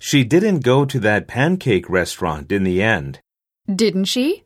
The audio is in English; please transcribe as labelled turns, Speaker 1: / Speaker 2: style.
Speaker 1: She didn't go to that pancake restaurant in the end.
Speaker 2: didn't she?